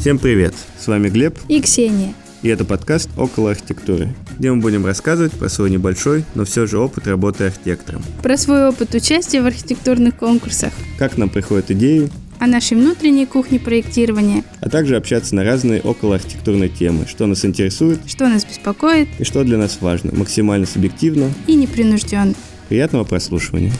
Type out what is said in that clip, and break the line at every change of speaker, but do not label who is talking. Всем привет! С вами Глеб,
и Ксения.
и это подкаст «Около архитектуры», где мы будем рассказывать про свой небольшой, но все же опыт работы архитектором.
Про свой опыт участия в архитектурных конкурсах,
Как нам приходят идеи,
о нашей внутренней кухне проектирования,
а также общаться на разные околоархитектурные темы, что нас интересует
что нас беспокоит
и что для нас важно, максимально субъективно.
и непринужденно.
Приятного прослушивания!